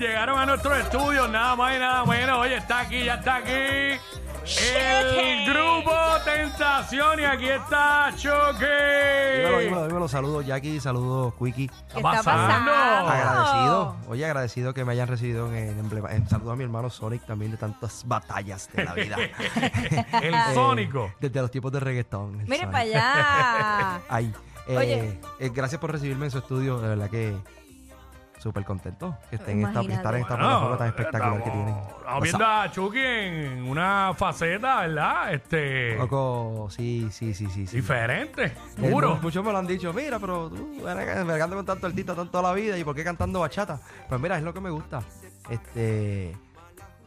Llegaron a nuestro estudio, nada más y nada menos. Oye, está aquí, ya está aquí. El grupo Tentación y aquí está Dímelo, Chucky. dímelo, dímelo. Saludos, Jackie. Saludos, Quickie. ¿Qué está pasando? pasando? Agradecido. Oye, agradecido que me hayan recibido en el emblema. eh, Saludos a mi hermano Sonic también de tantas batallas de la vida. El Eh, Sónico. Desde los tipos de reggaetón. el Mire Sonic. para allá. Ahí. Eh, Oye. eh, gracias por recibirme en su estudio. De verdad que súper contento que estén en esta, Imagínate. estar en esta Bueno, plataforma tan espectacular que tienen. Ah, estamos- Estamos viendo a Chucky en una faceta, ¿verdad? Este. Un poco, sí, sí, sí, sí. sí. Diferente, Eh, puro. mu- Muchos me lo han dicho, mira, pero tú eres vergando con tanto artista tan- toda la vida y por qué cantando bachata. Pues mira, es lo que me gusta. Este,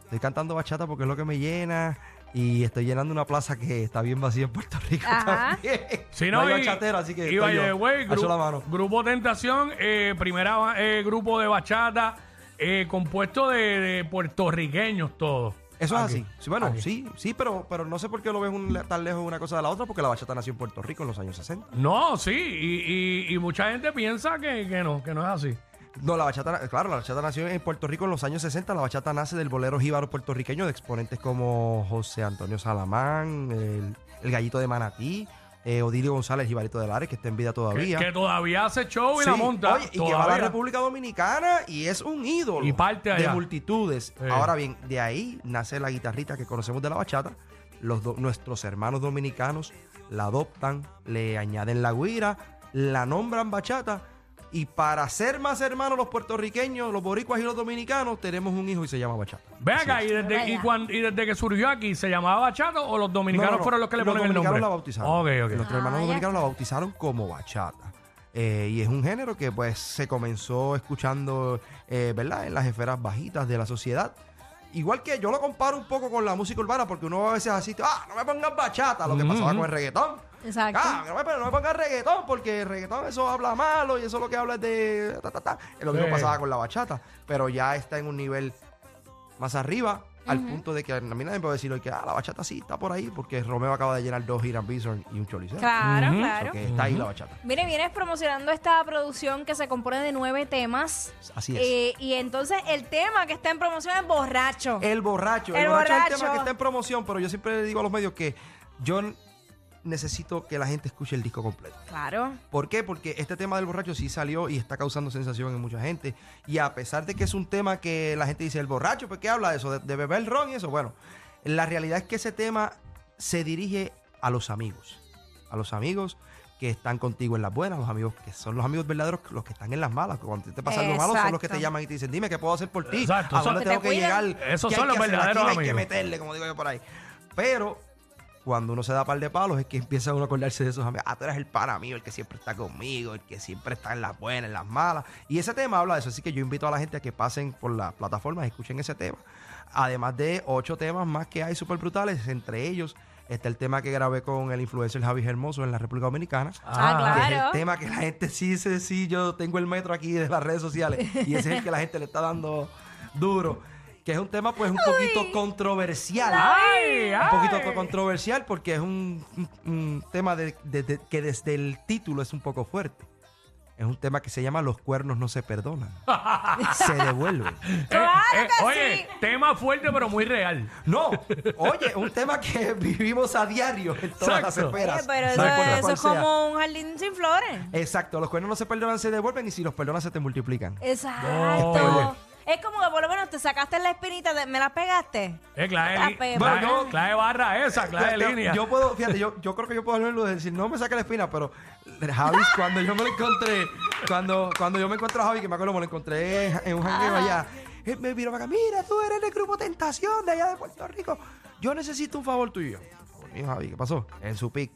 estoy cantando bachata porque es lo que me llena y estoy llenando una plaza que está bien vacía en Puerto Rico Ajá. también. Si no, no, hay y- bachatero, así que y estoy by yo. the way, Alzo gru- la mano. Grupo Tentación, eh, primera eh, grupo de bachata, eh, compuesto de, de puertorriqueños todos. Eso Aquí. es así. Sí, bueno, Aquí. sí, sí, pero, pero no sé por qué lo ves un- tan lejos una cosa de la otra porque la bachata nació en Puerto Rico en los años 60. No, sí, y, y- y mucha gente piensa que, que no, que no es así. No, la bachata, na- claro, la bachata nació en Puerto Rico en los años 60. La bachata nace del bolero jíbaro puertorriqueño de exponentes como José Antonio Salamán, el, el Gallito de Manatí, eh, Odilio González, Jibarito de Lares, que está en vida Que, todavía. que todavía hace show y Sí, la monta. oye, y que va a la todavía. República Dominicana y es un ídolo Y parte de allá. multitudes. Sí. Ahora bien, de ahí nace la guitarrita que conocemos de la bachata. Los do- nuestros hermanos dominicanos la adoptan, le añaden la guira, la nombran bachata. Y para ser más hermanos los puertorriqueños, los boricuas y los dominicanos, tenemos un hijo y se llama bachata. Ve Así acá, es. y desde, y, Vaya. cuan- y desde que surgió aquí, ¿se llamaba bachata o los dominicanos No, no, no. fueron los que le Los ponen el nombre? dominicanos la bautizaron. Ok, ok. Nuestros hermanos Ah, ya dominicanos la bautizaron como bachata. Eh, y es un género que pues se comenzó escuchando, eh, ¿verdad? En las esferas bajitas de la sociedad. Igual que yo lo comparo un poco con la música urbana, porque uno a veces asiste, ah, no me pongas bachata, lo que Ujú. pasaba con el reggaetón. Exacto. Ah, no me, pero no me pongas reggaetón, porque el reggaetón eso habla malo y eso lo que habla es de... Ta, ta, ta. Es lo mismo Sí. pasaba con la bachata, pero ya está en un nivel más arriba, al punto de que a mí nadie me puede decir hoy que ah, la bachata sí está por ahí, porque Romeo acaba de llenar dos Hiram Bison y un Choliseo. Claro, Ujú. claro. que está ahí la bachata. Mire, vienes promocionando esta producción que se compone de nueve temas. Así es. Eh, y entonces el tema que está en promoción es borracho. El borracho. El, El borracho, borracho. es el tema que está en promoción, pero yo siempre le digo a los medios que yo n- necesito que la gente escuche el disco completo. Claro. ¿Por qué? Porque este tema del borracho sí salió y está causando sensación en mucha gente. Y a pesar de que es un tema que la gente dice, el borracho, ¿por qué habla de eso? De, de beber ron y eso. Bueno, la realidad es que ese tema se dirige a los amigos. A los amigos que están contigo en las buenas, los amigos que son los amigos verdaderos, los que están en las malas. que Cuando te pasa algo malo, son los que te Exacto. llaman y te dicen, dime, ¿qué puedo hacer por ti? Exacto, ¿A son- Que dónde te tengo que llegar? cuidan. Esos ¿Qué hay son los que hacer? ¿A quién verdaderos hay que amigos. meterle, como digo yo por ahí. Pero cuando uno se da par de palos es que empieza uno a acordarse de esos amigos. Ah, tú eres el pana mío, el que siempre está conmigo, el que siempre está en las buenas, en las malas. Y ese tema habla de eso, así que yo invito a la gente a que pasen por las plataformas y escuchen ese tema. Además de ocho temas más que hay súper brutales, entre ellos está el tema que grabé con el influencer Javi Hermoso en la República Dominicana. Ah, Que claro. es el tema que la gente sí dice, sí, yo tengo el metro aquí de las redes sociales y ese es el que la gente le está dando duro. Que es un tema pues un poquito controversial Ah, Ay, Eh, un ay. poquito controversial porque es un, un- un tema de- de- de- que desde el título es un poco fuerte. Es un tema que se llama Los cuernos no se perdonan. se devuelven. Claro que eh, oye, sí. tema fuerte pero muy real. No, oye, un tema que vivimos a diario en todas las Exacto. esferas. Oye, pero eso, no importa eso cuál es sea. como un jardín sin flores. Exacto, los cuernos no se perdonan, se devuelven y si los perdonas se te multiplican. Exacto. Oh, No. Es como que por lo menos te sacaste la espinita, de- me la pegaste. Es Eh, clave, Ah, li- pero- clave- Bueno, yo- clave barra esa, clave Yo- yo- línea. Yo puedo, fíjate, yo, yo creo que yo puedo hablarlo de decir, no me saque la espina, pero Javis, cuando yo me lo encontré, cuando, cuando yo me encuentro a Javi, que me acuerdo, me lo encontré en un jangueo allá, él me miró para acá, mira, tú eres del grupo Tentación de allá de Puerto Rico. Yo necesito un favor tuyo. Favor mío, Javi, ¿qué pasó? En su pic.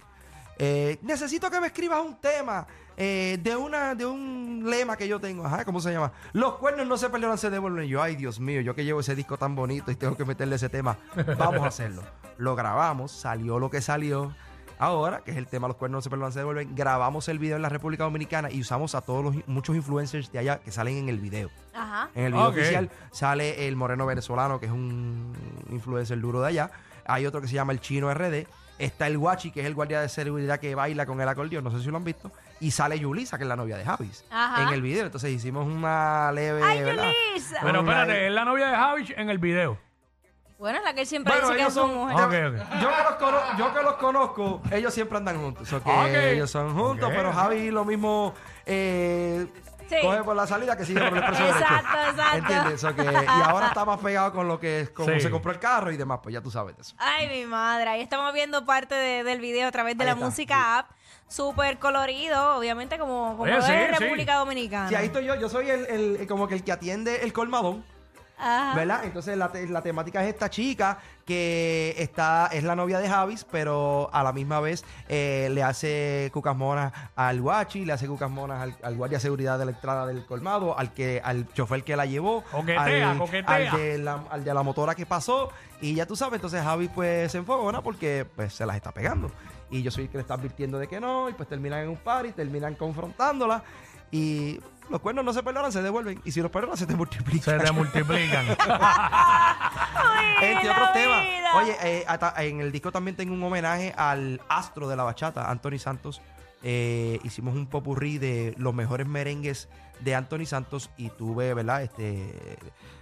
Eh, necesito que me escribas un tema eh, de una de un lema que yo tengo. Ajá, ¿cómo se llama? Los cuernos no se perdonan, se devuelven. Y Yo, ay, Dios mío, yo que llevo ese disco tan bonito y tengo que meterle ese tema. Vamos a hacerlo. Lo grabamos, salió lo que salió. Ahora, que es el tema Los cuernos no se perdonan, se devuelven, grabamos el video en la República Dominicana y usamos a todos los muchos influencers de allá que salen en el video. Ajá. En el video Ok. oficial sale el moreno venezolano, que es un influencer duro de allá. Hay otro que se llama el chino RD. Está el Guachi, que es el guardia de seguridad que baila con el acordeón, no sé si lo han visto. Y sale Yulisa, que es la novia de Javis, Ajá. en el video. Entonces hicimos una leve. ¡Ay, Eh, ¿verdad? Yulisa! Una- Pero espérate, es la novia de Javi en el video. Bueno, es la que él siempre Bueno, dice que ellos es su son. mujer. Ah, ok, ok. Yo, que los cono- yo que los conozco, ellos siempre andan juntos. so que Ok. Ellos son juntos, Ok. pero Javi lo mismo eh, Sí. coge por la salida que sigue por el expreso derecho. Exacto, exacto. ¿Entiendes? So que- y ahora está más pegado con lo que es, como Sí. se compró el carro y demás, pues ya tú sabes de eso. Ay, mi madre. Ahí estamos viendo parte de- del video a través de Ahí la está, música sí. app. Súper colorido, obviamente, como, como Oye, lo es sí, en sí. República Dominicana. Sí, ahí estoy yo. Yo soy el, el- como que el que atiende el colmadón. Ajá. ¿Verdad? Entonces la, te- la temática es esta chica que está es la novia de Javis, pero a la misma vez eh, le hace cucas monas al guachi, le hace cucas monas al, al guardia de seguridad de la entrada del colmado, al que al chofer que la llevó, Coquetea, al, coquetea. al de la, al de la motora que pasó y ya tú sabes, entonces Javis pues se enfogona porque pues se las está pegando y yo soy el que le está advirtiendo de que no y pues terminan en un par y terminan confrontándola y los cuernos no se perdonan, se devuelven y si los perdonan se te Se multiplican. te multiplican. Ay, Entre la otros temas. vida. Este Oye, eh, ata- en el disco también tengo un homenaje al astro de la bachata, Anthony Santos. Eh, hicimos un popurrí de los mejores merengues de Anthony Santos y tuve, ¿verdad? Este,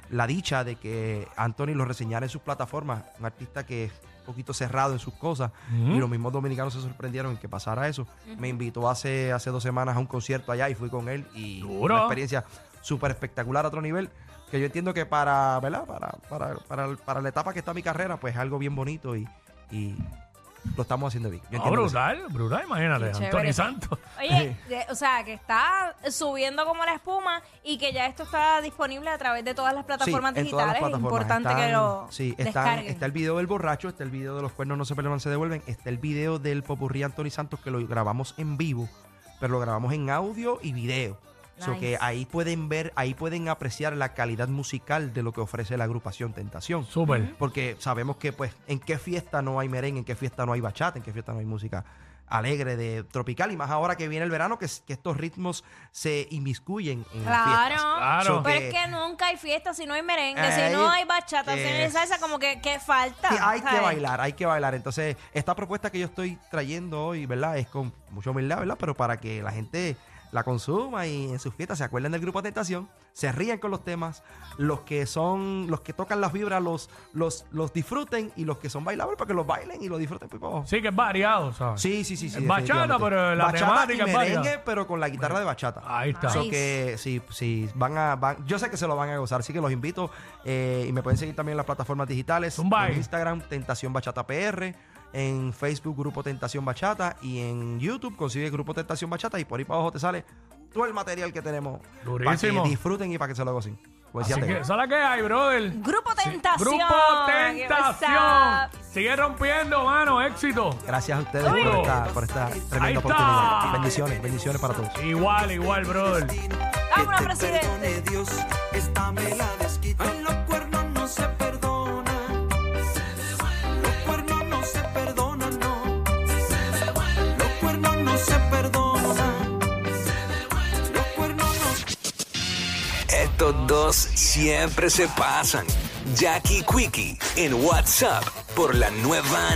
la dicha de que Anthony lo reseñara en sus plataformas. Un artista que es un poquito cerrado en sus cosas y los mismos dominicanos se sorprendieron en que pasara eso. Me invitó hace, hace dos semanas a un concierto allá y fui con él y Duro. una experiencia súper espectacular a otro nivel. Que yo entiendo que para, ¿verdad? Para, para, para, para la etapa que está mi carrera, pues es algo bien bonito y, y lo estamos haciendo bien. No, Yo entiendo que sí. brutal, brutal, imagínate. Qué chévere. Antonio Santos. Oye, de- o sea, que está subiendo como la espuma y que ya esto está disponible a través de todas las plataformas Sí, en todas digitales. las es plataformas. importante Están- que lo sí, están- descarguen. está el video del borracho, está el video de los cuernos no se perdonan, se devuelven, está el video del popurrí Anthony Santos que lo grabamos en vivo, pero lo grabamos en audio y video. So Nice. que ahí pueden ver, ahí pueden apreciar la calidad musical de lo que ofrece la agrupación Tentación. Súper. Porque sabemos que, pues, en qué fiesta no hay merengue, en qué fiesta no hay bachata, en qué fiesta no hay música alegre, de tropical, y más ahora que viene el verano, que, que estos ritmos se inmiscuyen en las Claro. fiestas. Claro. So Pero que- es que nunca hay fiesta si no hay merengue, Ay, si no hay bachata, si no hay es- salsa, como que, que falta. Sí, hay que ¿sabes? bailar, hay que bailar. Entonces, esta propuesta que yo estoy trayendo hoy, ¿verdad? Es con mucha humildad, ¿verdad? Pero para que la gente la consuma y en sus fiestas se acuerden del grupo Tentación, se rían con los temas, los que son, los que tocan las vibras, los, los, los disfruten y los que son bailadores, para que los bailen y los disfruten. pues, vamos. Sí, que es variado, ¿sabes? Sí, sí, sí, sí. Es Eh, bachata, definitivamente. pero la Bachata temática y es merengue, válida. pero con la guitarra de bachata. Ahí está. So Nice. que si, si van a, van- yo sé que se lo van a gozar, así que los invito eh, y me pueden seguir también en las plataformas digitales, Zumba. en Instagram Tentación Bachata PR, en Facebook Grupo Tentación Bachata y en YouTube consigue Grupo Tentación Bachata y por ahí para abajo te sale todo el material que tenemos para que Durísimo. disfuten y para que se lo gocen. Pues Así ya te- que, ¿sabes qué hay, brother? Grupo Tentación. Grupo Tentación. What's up? Sigue rompiendo, mano. Éxito. Gracias a ustedes Uy. por esta, por esta Ahí tremenda está. oportunidad. Bendiciones, bendiciones para todos. Igual, igual, brother. Vámonos, que te presidente. perdone Este Dios, esta me la desquita. Ay, los cuernos no se perdonan. Los cuernos no se perdonan, no. Los cuernos no se perdonan. Los cuernos no Estos dos siempre se pasan. Jackie Quickie en WhatsApp por la nueva